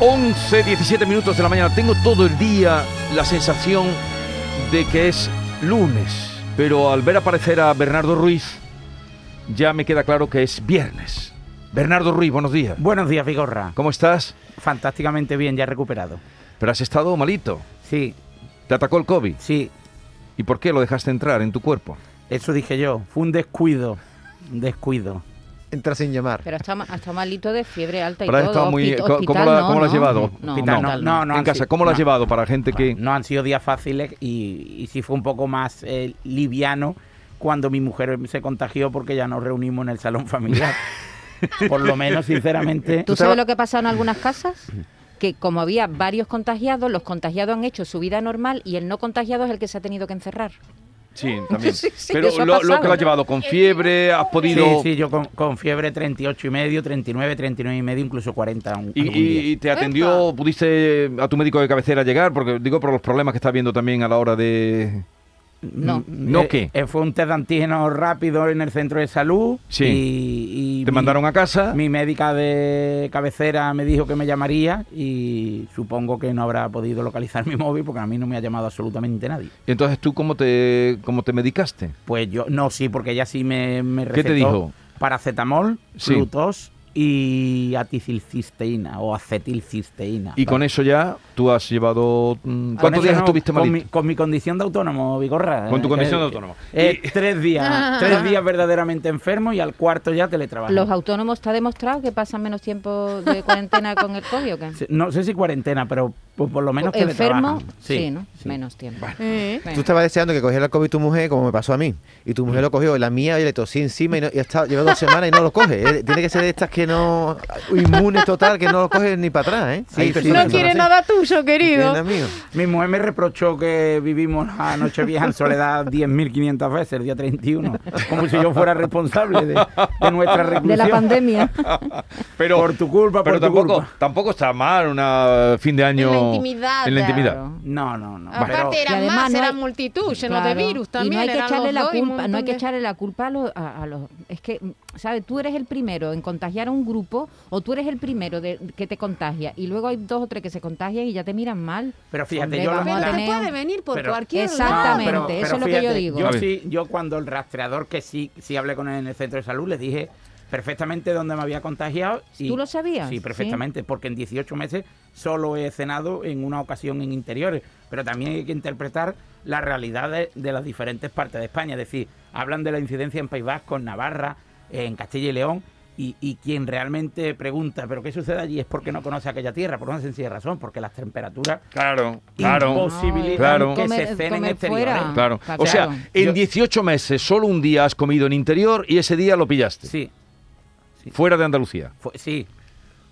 11, 17 minutos de la mañana. Tengo todo el día la sensación de que es lunes, pero al ver aparecer a Bernardo Ruiz, ya me queda claro que es viernes. Bernardo Ruiz, buenos días. Buenos días, Vigorra. ¿Cómo estás? Fantásticamente bien, ya recuperado. Pero has estado malito. Sí, Te atacó el COVID. sí, ¿Y por qué lo dejaste entrar en tu cuerpo? eso dije yo. Fue un descuido, un descuido. Entra sin llamar. Pero está, ma- ha estado malito de fiebre alta y Pero ha todo. estado muy- Hospi- ¿cómo- cómo hospital la- no, cómo la has no, llevado? No, Hospital hospital no, no, no. en han casa, sido- ¿cómo lo has no. llevado para gente que... No han sido días fáciles y, y sí fue un poco más eh, liviano cuando mi mujer se contagió porque ya nos reunimos en el salón familiar. Por lo menos, sinceramente. ¿Tú sabes lo que ha pasado en algunas casas? Que como había varios contagiados, los contagiados han hecho su vida normal y el no contagiado es el que se ha tenido que encerrar. Sí, también. Sí, sí, Pero eso ha lo, lo que pasado. lo has llevado con fiebre, has podido... Sí, sí, yo con, con fiebre 38 y medio, 39, 39 y medio, incluso 40. un- Y, algún y- día. y te atendió, pudiste eh, a tu médico de cabecera llegar, porque digo por los problemas que estás viendo también a la hora de... No. ¿No Eh, qué? eh, fue un test de antígenos rápido en el centro de salud. Sí. Y, y Te mi- mandaron a casa. Mi médica de cabecera me dijo que me llamaría y supongo que no habrá podido localizar mi móvil porque a mí no me ha llamado absolutamente nadie. Y entonces tú cómo te cómo te medicaste? Pues yo, no, sí, porque ella sí me, me ¿Qué te recetó dijo? Paracetamol, Sí. frutos y aticilcisteína o acetilcisteína. Y con eso ya tú has llevado mm, Con ¿Cuántos eso días no, estuviste con mi, malito? con mi condición de autónomo, Vigorra. Con tu Eh, condición de eh, autónomo. eh, Y- tres días, tres días verdaderamente enfermo y al cuarto ya teletrabajo. Ah. ¿Los autónomos está demostrado que pasan menos tiempo de cuarentena con el COVID o qué? Sí, No sé si cuarentena, pero por, por lo menos ¿Enfermo? teletrabajan. Sí, ¿no? Menos tiempo. Bueno. Tú estabas deseando que cogiera el COVID tu mujer, como me pasó a mí. Y tu mujer lo cogió, la mía, y le tosí encima y, no, y ha estado, lleva dos semanas y no lo coge. Eh, Tiene que ser de estas que no. inmune total, que no lo coge ni para atrás, ¿eh? Sí, sí. personas que No son quiere así. nada tuyo, No quiere querido. nada mío. Mi mujer me reprochó que vivimos la noche vieja en soledad 10.500 veces, el día 31, como si yo fuera responsable de, de nuestra reclusión. De la pandemia. pero por tu culpa, pero por tu tampoco culpa. tampoco está mal una fin de año En la intimidad, en la intimidad. Claro. No, no, no. pero- Aparte Y eran además más, no hay- eran multitud, llenos Claro. de virus también. Y no hay que eran echarle los la dos y un culpa, no hay montón que de- echarle la culpa a los, a, a los- es que sabes, tú eres el primero en contagiar a un grupo o tú eres el primero de, que te contagia y luego hay dos o tres que se contagian y ya te miran mal. Pero fíjate, Hombre, yo la- vamos a Pero te tener un- puede venir por Pero- cualquier Exactamente, lado. No, eso es lo que yo digo. A Yo ver. sí, yo cuando el rastreador que sí, sí hablé con él en el centro de salud, le dije perfectamente dónde me había contagiado. y- ¿Tú lo sabías? Sí, Sí. perfectamente, porque en 18 meses solo he cenado en una ocasión en interiores. Pero también hay que interpretar la realidad de, de las diferentes partes de España. Es decir, hablan de la incidencia en País Vasco, en Navarra, en Castilla y León. Y, y quien realmente pregunta, ¿pero qué sucede allí? Es porque no conoce aquella tierra, por una sencilla razón, porque las temperaturas Claro, claro. Impos- posibilitan Claro. que se Comer- cenen comer exteriores. fuera. Claro. Está O sea, claro. en Yo- 18 meses solo un día has comido en interior y ese día lo pillaste Sí, fuera de Andalucía. Fue- sí,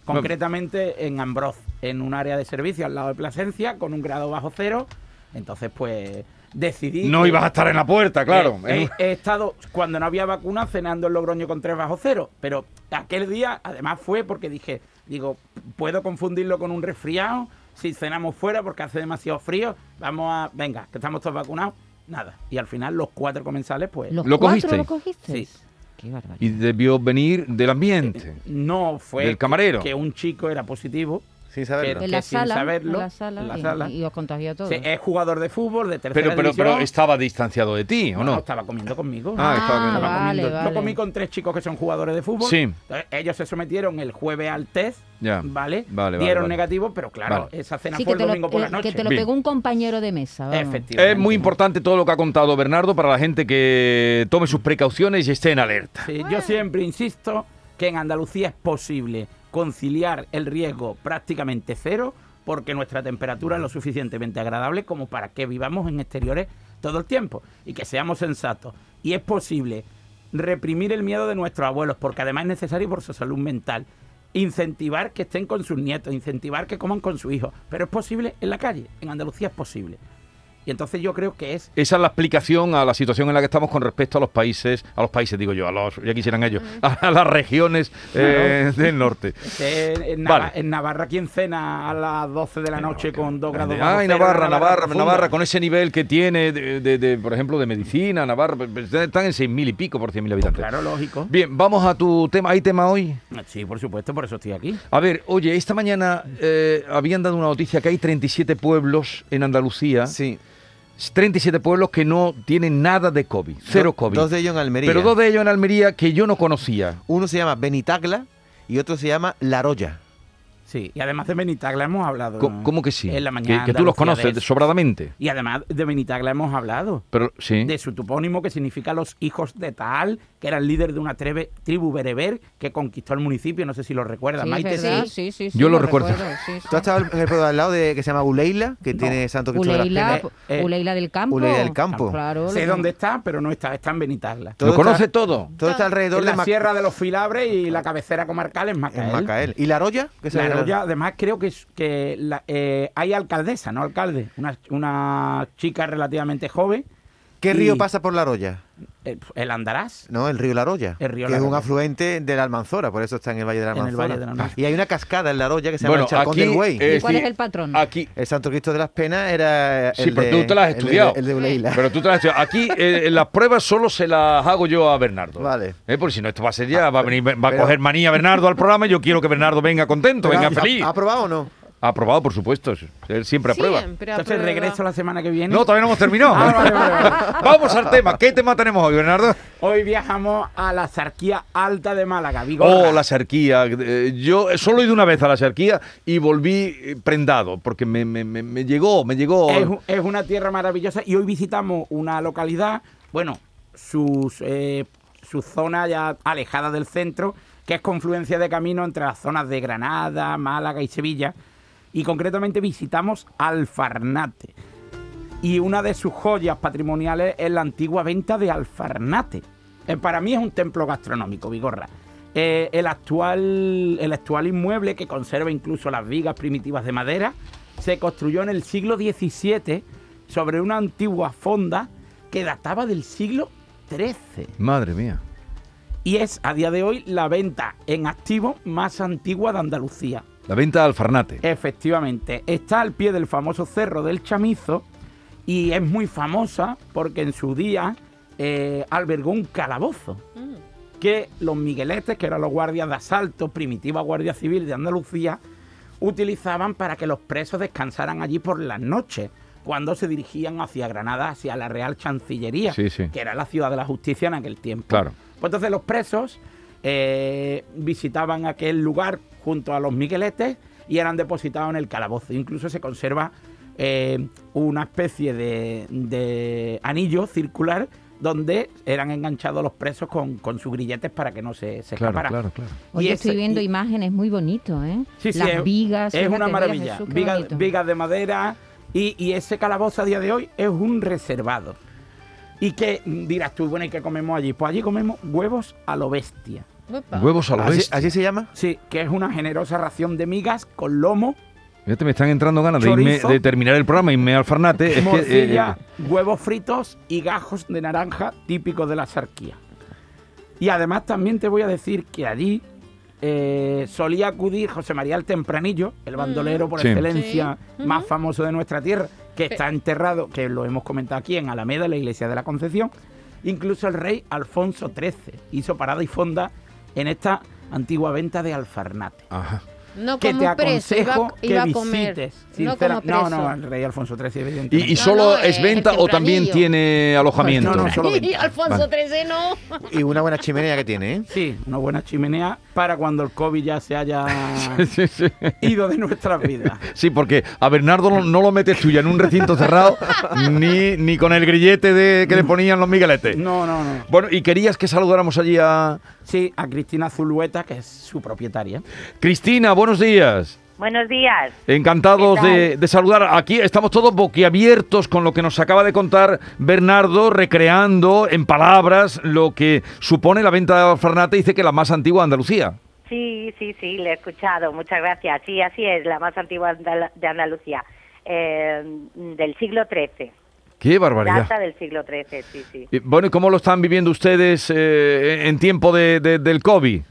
concretamente en Ambroz, en un área de servicio al lado de Plasencia, con un grado bajo cero. Entonces, pues decidí. No que- Eh, ibas a estar en la puerta, claro. ¿eh? He, he- he estado, cuando no había vacuna, cenando en Logroño con tres bajo cero. Pero aquel día, además, fue porque dije, digo, puedo confundirlo con un resfriado si cenamos fuera porque hace demasiado frío. Vamos a, venga, que estamos todos vacunados. Nada. Y al final, los cuatro comensales, pues. ¿Los ¿Lo cuatro cogiste? ¿Lo cogiste? Sí. Qué Y barbaridad. debió venir del Eh, ambiente. No fue Del camarero. que un chico era positivo. Sin saberlo. que En la sin sala, saberlo, en la sala, en la y- sala. Y, os contagió todo. Sí, eh, es jugador de fútbol, de tercera Pero, pero, pero división. estaba distanciado de ti, ¿o No, no? estaba comiendo conmigo. Ah, estaba Ah, comiendo. vale, Comiendo- vale. Yo comí con tres chicos que son jugadores de fútbol. Sí. Entonces, ellos se sometieron el jueves al test, Ya. ¿vale? Vale, vale, Dieron vale. negativo, pero claro, Vale. esa cena Sí, fue que el te lo, domingo por la eh, que noche. te lo Ah, Bien. pegó un compañero de mesa. vamos. Efectivamente. Es muy importante todo lo que ha contado Bernardo para la gente que tome sus precauciones y esté en alerta. Sí, Yo siempre insisto que en Andalucía es posible conciliar el riesgo prácticamente cero porque nuestra temperatura es lo suficientemente agradable como para que vivamos en exteriores todo el tiempo y que seamos sensatos. Y es posible reprimir el miedo de nuestros abuelos porque además es necesario por su salud mental. Incentivar que estén con sus nietos, incentivar que coman con sus hijos. Pero es posible en la calle, en Andalucía es posible. Y entonces yo creo que es Esa es la explicación a la situación en la que estamos con respecto a los países, a los países digo yo, a los, ya quisieran ellos, a las regiones eh, del norte. que en, Nava- Vale. en Navarra quien cena a las 12 de la noche con dos grados bajo Eh, Ay, cero, Navarra, Navarra, profunda. Navarra, con ese nivel que tiene, de, de- de, por ejemplo, de medicina, Navarra, pues, están en seis mil y pico por cien mil habitantes. Claro, lógico. Bien, vamos a tu tema. ¿Hay tema hoy? Sí, por supuesto, por eso estoy aquí. A ver, oye, esta mañana eh, habían dado una noticia que hay 37 pueblos en Andalucía, Sí. 37 pueblos que no tienen nada de COVID, cero Do- COVID. Dos de ellos en Almería. Ah. Pero dos de ellos en Almería que yo no conocía. Uno se llama Benitagla y otro se llama La Roya. Sí, y además de Benitagla hemos hablado. Co- ¿Cómo que sí? En la Que- mañana. que, tú los Andalucía conoces de- sobradamente. Y además de Benitagla hemos hablado. Pero sí. De su topónimo que significa los hijos de Taal, que era el líder de una trebe- tribu bereber que conquistó el municipio. No sé si lo recuerdas, Sí, Maite. ¿verdad? sí. sí, sí, sí, Yo lo recuerdo. sí, sí. ¿Tú has estado en el pueblo de al lado de, que se llama Uleila, que No. tiene Santo Cristo de las Uleila, Penas? Eh, eh, Uleila del Campo. Uleila del Campo. Claro, Sé lo- dónde está, pero no está, está en Benitagla. ¿Lo todo conoce está- todo? Todo está alrededor En de la Ma- Sierra de los Filabres y la cabecera comarcal es en Macael. Macael. ¿Y La Roya? Que se- Claro, ya, además creo que, es- que la- eh, hay alcaldesa, ¿no? Alcalde. Una, una chica relativamente joven. ¿Qué río Y- pasa por La Roya? eh, El Andarás. No, el río La Roya. El río que La es un Roya. afluente de la Almanzora, por eso está en el Valle de la En el Almanzora. Valle de la Almanzora. Y hay una cascada en La Roya que se Bueno, llama el Charcón aquí, del Güey. eh, ¿Y cuál sí. es el patrón? Aquí. El Santo Cristo de las Penas era el Sí, pero de- tú te las has el de- estudiado. El de Uleila. Pero tú te las has hecho. Aquí eh, las pruebas solo se las hago yo a Bernardo. Vale. Ah, Eh, porque si no, esto va a ser ya. Va a, venir, va a pero- coger manía Bernardo al programa y yo quiero que Bernardo venga contento, Pero, venga ¿ha- feliz. ¿Ha aprobado o no? Aprobado, por supuesto. Él siempre aprueba. Siempre Entonces aprueba. regreso la semana que viene. No, todavía no hemos terminado. Ah, vale, vale, vale. Vamos al tema. ¿Qué tema tenemos hoy, Bernardo? Hoy viajamos a la zarquía alta de Málaga, Vigorra. Oh, la cerquía. Eh, Yo solo he ido una vez a la cerquía y volví eh, prendado porque me, me- me- me llegó, me llegó. es, u- es una tierra maravillosa y hoy visitamos una localidad, bueno, sus, eh, su zona ya alejada del centro, que es confluencia de camino entre las zonas de Granada, Málaga y Sevilla. Y concretamente visitamos Alfarnate. Y una de sus joyas patrimoniales es la antigua venta de Alfarnate. Eh, para mí es un templo gastronómico, Vigorra. Eh, el, actual, el actual inmueble, que conserva incluso las vigas primitivas de madera, se construyó en el siglo XVII sobre una antigua fonda que databa del siglo XIII. Madre mía. Y es a día de hoy la venta en activo más antigua de Andalucía. La venta de Alfarnate. Eh, Efectivamente, está al pie del famoso cerro del Chamizo y es muy famosa porque en su día eh, albergó un calabozo Mm. que los migueletes, que eran los guardias de asalto, primitiva guardia civil de Andalucía, utilizaban para que los presos descansaran allí por las noches, cuando se dirigían hacia Granada, hacia la Real Chancillería, Sí, sí. que era la ciudad de la justicia en aquel tiempo. Claro. Pues entonces los presos eh, visitaban aquel lugar junto a los migueletes y eran depositados en el calabozo. Incluso se conserva eh, una especie de, de anillo circular donde eran enganchados los presos con, con sus grilletes para que no se, se Claro, escaparan. claro, claro. Oye, ese- estoy viendo y- imágenes muy bonitos, ¿eh? Sí, sí, Las es- vigas. Es fíjate, una mira, maravilla. Jesús, qué Vigas, bonito. vigas de madera y, y ese calabozo a día de hoy es un reservado. Y que mm, dirás tú, bueno, ¿y qué comemos allí? Pues allí comemos huevos a lo bestia. Uepa. Huevos a lo ¿Así, bestia. así se llama? Sí, que es una generosa ración de migas con lomo, Fíjate, me están entrando ganas de, irme- Chorizo. de terminar el programa y irme al Farnate. Es que, eh, morcilla, huevos fritos y gajos de naranja típicos de la sarquía. Y además también te voy a decir que allí eh, solía acudir José María el Tempranillo, el bandolero por Sí. excelencia Mm. Sí. más Ujú. famoso de nuestra tierra, que está enterrado, que lo hemos comentado aquí en Alameda, en la iglesia de la Concepción. Incluso el rey Alfonso XIII hizo parada y fonda en esta antigua venta de Alfarnate eh, ajá. No que como te preso, iba, aconsejo a- que iba a comer. visites. no sincera- como no, preso. no, el rey Alfonso XIII, ¿Y, y evidentemente. No, solo no, es eh, venta el o también tempranillo. tiene alojamiento? No, no, solo Y venta. Alfonso XIII no. Y una buena chimenea que tiene, ¿eh? Sí, una buena chimenea para cuando el COVID ya se haya Sí, sí. ido de nuestras vidas. Sí, porque a Bernardo no- no lo metes tú ya en un recinto cerrado ni, ni con el grillete de, que le ponían los migueletes. No, no, no. Bueno, y querías que saludáramos allí a Sí, a Cristina Zulueta, que es su propietaria. Cristina, buenos días. Buenos días. Encantados ¿Qué tal? de, de saludar. Aquí estamos todos boquiabiertos con lo que nos acaba de contar Bernardo, recreando en palabras lo que supone la venta de Alfarnate. Dice que la más antigua de Andalucía. Sí, sí, sí, le he escuchado. Muchas gracias. Sí, así es, la más antigua andal- de Andalucía, eh, del siglo XIII. Qué barbaridad. Data del siglo XIII, sí, sí. Y, Bueno, ¿y cómo lo están viviendo ustedes eh, en tiempo de- de- del COVID?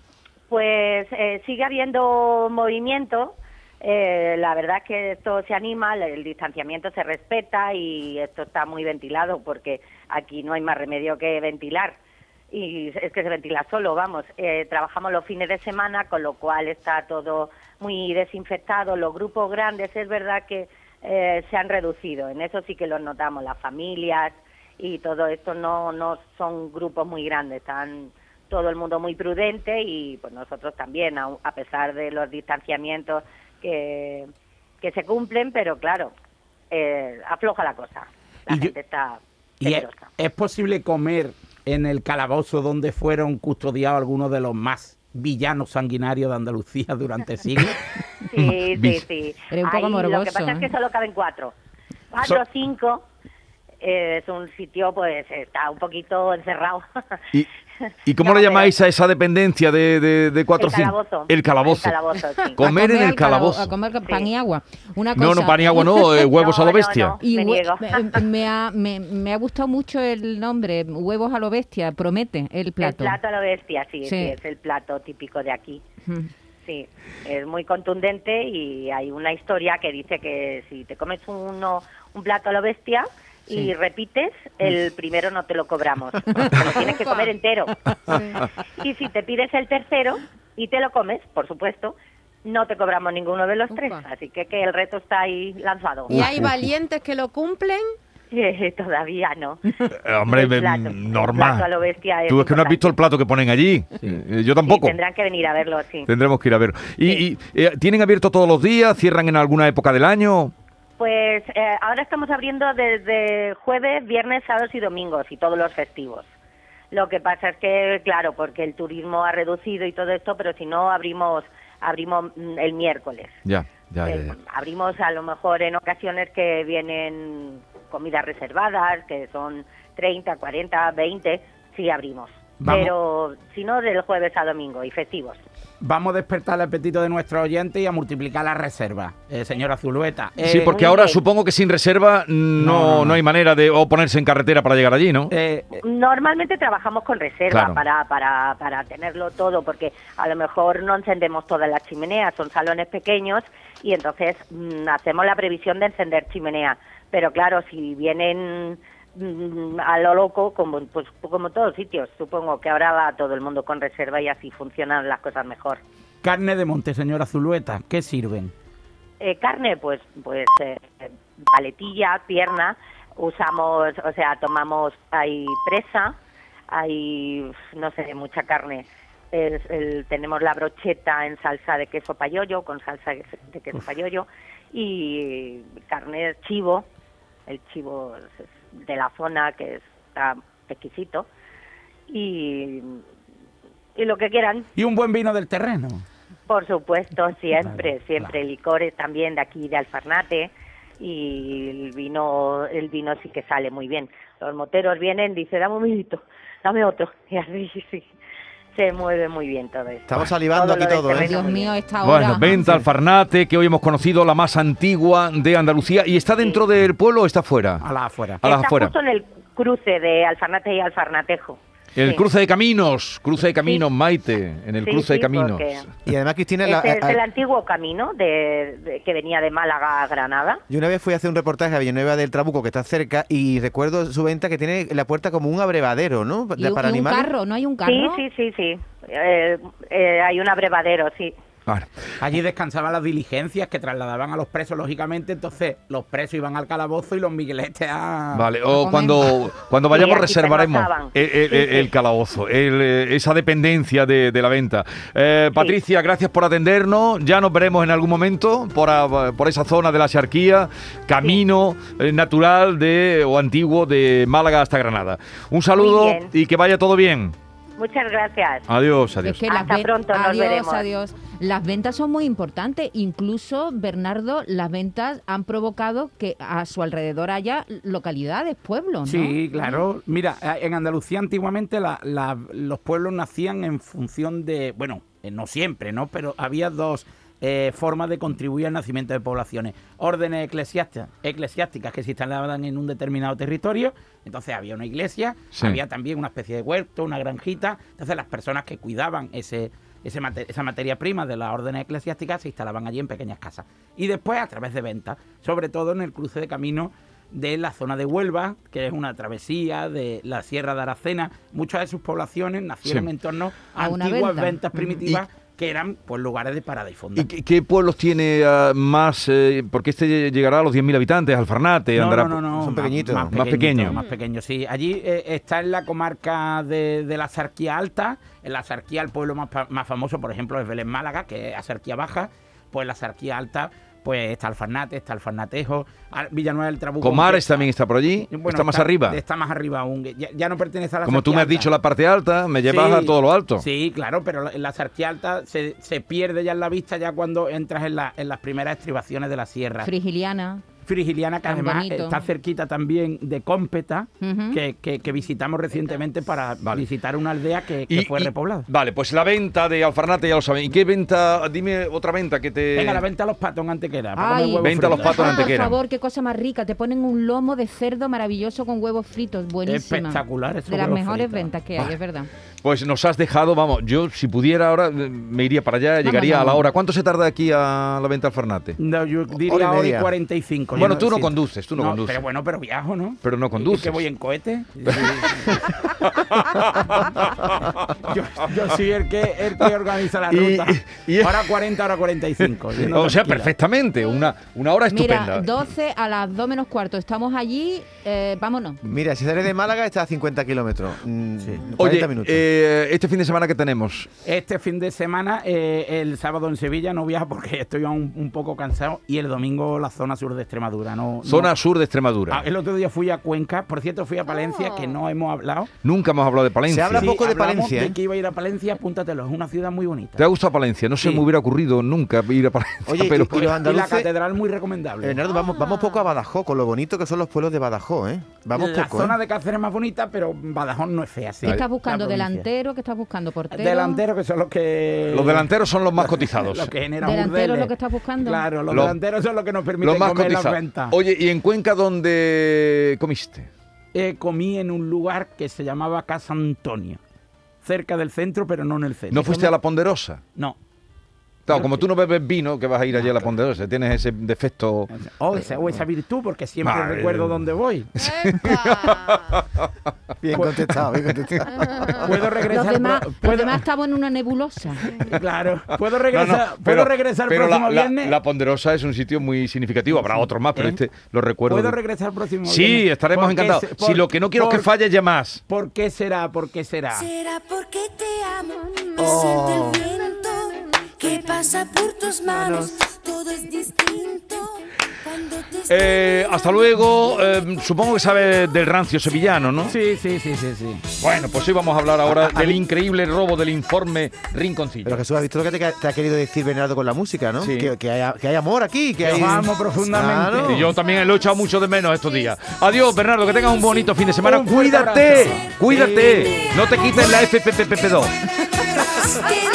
Pues eh, sigue habiendo movimiento. eh, la verdad es que esto se anima, el- el distanciamiento se respeta y esto está muy ventilado porque aquí no hay más remedio que ventilar. Y es que se ventila solo, vamos. Eh, trabajamos los fines de semana, con lo cual está todo muy desinfectado. Los grupos grandes es verdad que eh, se han reducido, en eso sí que los notamos, las familias y todo esto no, no son grupos muy grandes, están todo el mundo muy prudente y pues nosotros también, au- a pesar de los distanciamientos que, que se cumplen, pero claro, eh, afloja la cosa. La Y yo- gente está ¿Y es, peligrosa. es posible comer en el calabozo donde fueron custodiados algunos de los más villanos sanguinarios de Andalucía durante siglos? Sí, sí, Bis. sí. Eres un poco Ahí Lo que morboso, pasa es ¿eh? que solo caben cuatro. Cuatro, So- cinco. eh, es un sitio, pues, está un poquito encerrado. ¿Y, y cómo No, le pero- llamáis a esa dependencia de, de, de cuatro el cin- calabozo. El calabozo. El calabozo, sí. Con- Comer en el al calabo- calabozo. A comer Sí. pan y agua. Una No, no, cosa- pan y agua no, eh, huevos No, a lo no, bestia. no. Y Me hue- niego. me, em, me ha, me- me ha gustado mucho el nombre, huevos a lo bestia, promete el El plato. plato a lo bestia, sí, Sí. sí, es el plato típico de aquí. Mm. Sí, es muy contundente y hay una historia que dice que si te comes uno, un plato a lo bestia Sí. y repites, el primero no te lo cobramos. Te lo tienes que comer entero. Y si te pides el tercero y te lo comes, por supuesto, no te cobramos ninguno de los tres. Upa. Así que, que el reto está ahí lanzado. Y hay valientes que lo cumplen. Eh, Todavía no. Eh, Hombre, El eh, plato, el normal. plato a lo bestia es Tú es que no has importante. visto el plato que ponen allí. Eh, yo Sí, tampoco. tendrán que venir a verlo, sí. Tendremos que ir a ver. ¿Y, Sí. y, eh, tienen abierto todos los días? ¿Cierran en alguna época del año? Pues eh, ahora estamos abriendo desde jueves, viernes, sábados y domingos y todos los festivos. Lo que pasa es que, claro, porque el turismo ha reducido y todo esto, pero si no abrimos abrimos mm, el miércoles. Ya, ya, ya. Eh, ya. abrimos a lo mejor en ocasiones que vienen comidas reservadas, que son 30, 40, 20, sí abrimos. Vamos. Pero si no, del jueves a domingo y festivos. Vamos a despertar el apetito de nuestros oyentes y a multiplicar las reservas, eh, señora Zulueta. Eh, sí, porque muy ahora bien. supongo que sin reserva no, no, no, no. hay manera de o ponerse en carretera para llegar allí, ¿no? eh, eh, Normalmente trabajamos con reserva Claro. para, para, para tenerlo todo, porque a lo mejor no encendemos todas las chimeneas, son salones pequeños y entonces mm, hacemos la previsión de encender chimenea. Pero claro, si vienen mm, a lo loco, como, pues, como en todos sitios, supongo que ahora va todo el mundo con reserva y así funcionan las cosas mejor. carne de monte, señora Zulueta, ¿qué sirven? Eh, carne, pues, pues eh, paletilla, pierna. Usamos, o sea, tomamos, hay presa, hay, uf, no sé, mucha carne. Es el- tenemos la brocheta en salsa de queso payollo, con salsa de de queso payollo, y carne chivo, el chivo es- de la zona que está exquisito, y, y lo que quieran, Y un buen vino del terreno. por supuesto, siempre, Claro, siempre claro. licores también de aquí de Alfarnate y el vino, el vino sí que sale muy bien. Los moteros vienen, dice, dame un vinito, dame otro y así sí, se mueve muy bien todo esto. Estamos salivando aquí lo del todo, ¿eh? terreno Dios muy bien. mío, esta hora. Bueno, venta al Farnate, que hoy hemos conocido la más antigua de Andalucía. ¿Y está dentro del pueblo o está A fuera? la afuera. a las Está afueras. justo en el cruce de Alfarnate y Alfarnatejo. El Sí. cruce de caminos, cruce de caminos, Maite, en el Sí, cruce de sí, caminos. porque Y además, Cristina, la- ese es a- a- el antiguo camino de, de- que venía de Málaga a Granada. yo una vez fui a hacer un reportaje a Villanueva del Trabuco, que está cerca, y recuerdo su venta que tiene la puerta como un abrevadero, ¿no? Y, un- para y un animales. carro, ¿no hay un Sí, carro? sí, sí, sí. Eh, eh, hay un abrevadero, sí. Ahora, Allí descansaban las diligencias que trasladaban a los presos, lógicamente. Entonces, los presos iban al calabozo y los migueletes a. vale, Lo o comemos. cuando, cuando Sí, vayamos aquí se reservaremos notaban. el, el- Sí, sí. el calabozo, el, eh, esa dependencia de, de la venta. Eh, Patricia, gracias por atendernos. Ya nos veremos en algún momento por, a- por esa zona de la Xarquía, camino eh, natural de, o antiguo de Málaga hasta Granada. Un saludo bien. y que vaya todo bien. Muchas gracias. Adiós, adiós. Es que las Hasta ven- pronto, nos adiós, veremos. adiós. Las ventas son muy importantes. Incluso, Bernardo, las ventas han provocado que a su alrededor haya localidades, pueblos, ¿no? Sí, claro. Mira, eh, en Andalucía antiguamente la- la- los pueblos nacían en función de, bueno, eh, no siempre, ¿no? Pero había dos eh, formas de contribuir al nacimiento de poblaciones. Órdenes eclesiásticas, eclesiásticas que se instalaban en un determinado territorio, entonces había una iglesia, Sí. había también una especie de huerto, una granjita, entonces las personas que cuidaban ese, ese mate- esa materia prima de las órdenes eclesiásticas se instalaban allí en pequeñas casas. Y después a través de ventas, sobre todo en el cruce de caminos de la zona de Huelva, que es una travesía de la Sierra de Aracena. Muchas de sus poblaciones nacieron Sí. en torno a, A una antiguas venta. Mm. ventas primitivas que eran pues lugares de parada y fonda. ¿Y qué, qué pueblos tiene ah, más? eh, porque este llegará a los 10.000 habitantes, Alfarnate, No, Andara- no, no, no, son más- pequeñitos. Más, Más pequeño. pequeño. Más pequeño, sí. Allí eh, está en la comarca de, de la Sarquía Alta. En la Sarquía, el pueblo más, pa- más famoso, por ejemplo, es Belén Málaga, que es Sarquía Baja. Pues la Sarquía Alta, pues está Alfarnate, está Alfarnatejo, Al- Villanueva del Trabuco. Comares aunque- también está por allí, Bueno, está más arriba. Está más arriba aún. Ya, ya no pertenece a la Como tú me has Sarquía dicho, Alta. la parte alta, me llevas Sí. a todo lo alto. Sí, claro, pero la- la Sarquía Alta se, se pierde ya en la vista ya cuando entras en, la- en las primeras estribaciones de la sierra. Frigiliana. Frigiliana, que Tan además bonito. está cerquita también de Cómpeta, Ujú. que, que- que visitamos recientemente para Vale. visitar una aldea que, que Y- fue y- repoblada. Vale, pues la venta de Alfarnate ya lo saben. ¿Y qué venta? Dime otra venta que te. Venga, la venta a los patos antes que era. Ay. Eh, Venta a los patos en Ah, Antequera. Por favor, qué cosa más rica. Te ponen un lomo de cerdo maravilloso con huevos fritos. Buenísima. Espectacular, esos De las huevos mejores fritos. ventas que hay, es verdad. Pues nos has dejado, vamos, yo si pudiera ahora eh, me iría para allá, llegaría a la vamos. hora. ¿Cuánto se tarda aquí a la venta Alfarnate? No, yo diría Hora y hora y media. 45. Bueno, Yo tú no siento- conduces, tú no conduces. Pero bueno, pero viajo, ¿no? Pero no ¿Y- y conduces. que voy en cohete? yo, yo soy el que, el que organiza la Y- ruta. y- y- Hora 40, hora 45. Yo no o sea, tranquila. perfectamente, una, una hora estupenda. Mira, 12 a las 2 menos cuarto. Estamos allí. eh, vámonos. Mira, si sales de Málaga está a 50 kilómetros. Mm, Sí. 40 Oye, minutos. eh, este fin de semana que tenemos, Este fin de semana, eh, el sábado en Sevilla, no viajo porque estoy aún un poco cansado. Y el domingo, la zona sur de Extremadura. No, no- zona sur de Extremadura. Ah, el otro día fui a Cuenca, por cierto, Ah. fui a Palencia, Oh. que no hemos hablado. Nunca hemos hablado de Palencia. Se habla poco de hablamos Palencia, De ¿eh? que iba a ir a Palencia, apúntatelo, es una ciudad muy bonita. ¿Te ha gustado Palencia? No se Sí. me hubiera ocurrido nunca ir a Palencia. Oye, y- pero y los Y la andaluces... catedral muy recomendable. Bernardo, vamos, vamos poco a Badajoz, con lo bonito que son los pueblos de Badajoz, ¿eh? Vamos la poco, zona ¿eh? de Cáceres es más bonita, pero Badajoz no es fea. sí. ¿Qué estás La buscando? provincia. ¿Delantero? ¿Qué estás buscando? ¿Portero? Delantero, que son los que... los delanteros son los más cotizados. Los que generan ¿Delantero es burdeles. lo que estás buscando? Claro, los Los- delanteros son los que nos permiten Los más comer las cotizados. ventas. Oye, ¿y en Cuenca dónde comiste? Eh, comí en un lugar que se llamaba Casa Antonio, cerca del centro, pero no en el centro. ¿No fuiste a La Ponderosa? No. Claro, como tú no bebes vino, que vas a ir allí a La Ah, Ponderosa, tienes ese defecto. O Oh, esa, o Ah. esa virtud, porque siempre Madre. recuerdo dónde voy. ¡Epa! Bien contestado, bien contestado. Puedo Los regresar. demás, pro- los puedo- demás estamos en una nebulosa. Claro. Puedo No, regresar, no, ¿puedo regresar pero el próximo la, la- viernes. la Ponderosa es un sitio muy significativo, habrá otros más, pero ¿Eh? este lo recuerdo. Puedo regresar el próximo viernes. Sí, estaremos ¿Por qué encantados. se- si por- lo que no quiero es que por- falle, ya más. ¿Por qué será? ¿Por qué será? Será porque te amo, me Oh. siento el viento que pasa por tus manos, todo es distinto. Cuando te estoy Eh, hasta luego. Eh, supongo que sabe del rancio sevillano, ¿no? Sí, sí, sí, sí, sí. Bueno, pues sí, vamos a hablar ahora del increíble robo del informe Rinconcillo. Pero Jesús, ¿has visto lo que te, ca- te ha querido decir Bernardo con la música, no? Sí. Que, que hay, que hay amor aquí, que Que hay... os amo profundamente. Claro. Y yo también lo he echado mucho de menos estos días. Adiós, Bernardo, que tengas un bonito fin de semana. Un fuerte Cuídate, abrazo. cuídate. No te quites la FPPP2. esperando, te